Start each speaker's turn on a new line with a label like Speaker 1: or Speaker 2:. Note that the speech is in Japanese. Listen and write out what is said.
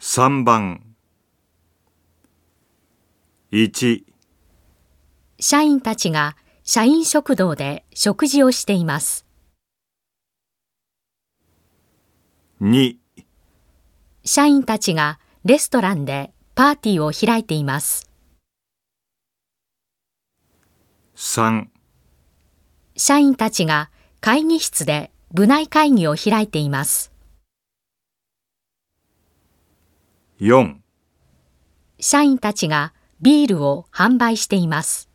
Speaker 1: 3番1
Speaker 2: 社員たちが社員食堂で食事をしています。
Speaker 1: 2
Speaker 2: 社員たちがレストランでパーティーを開いています。
Speaker 1: 3
Speaker 2: 社員たちが会議室で部内会議を開いています。
Speaker 1: 4
Speaker 2: 社員たちがビールを販売しています。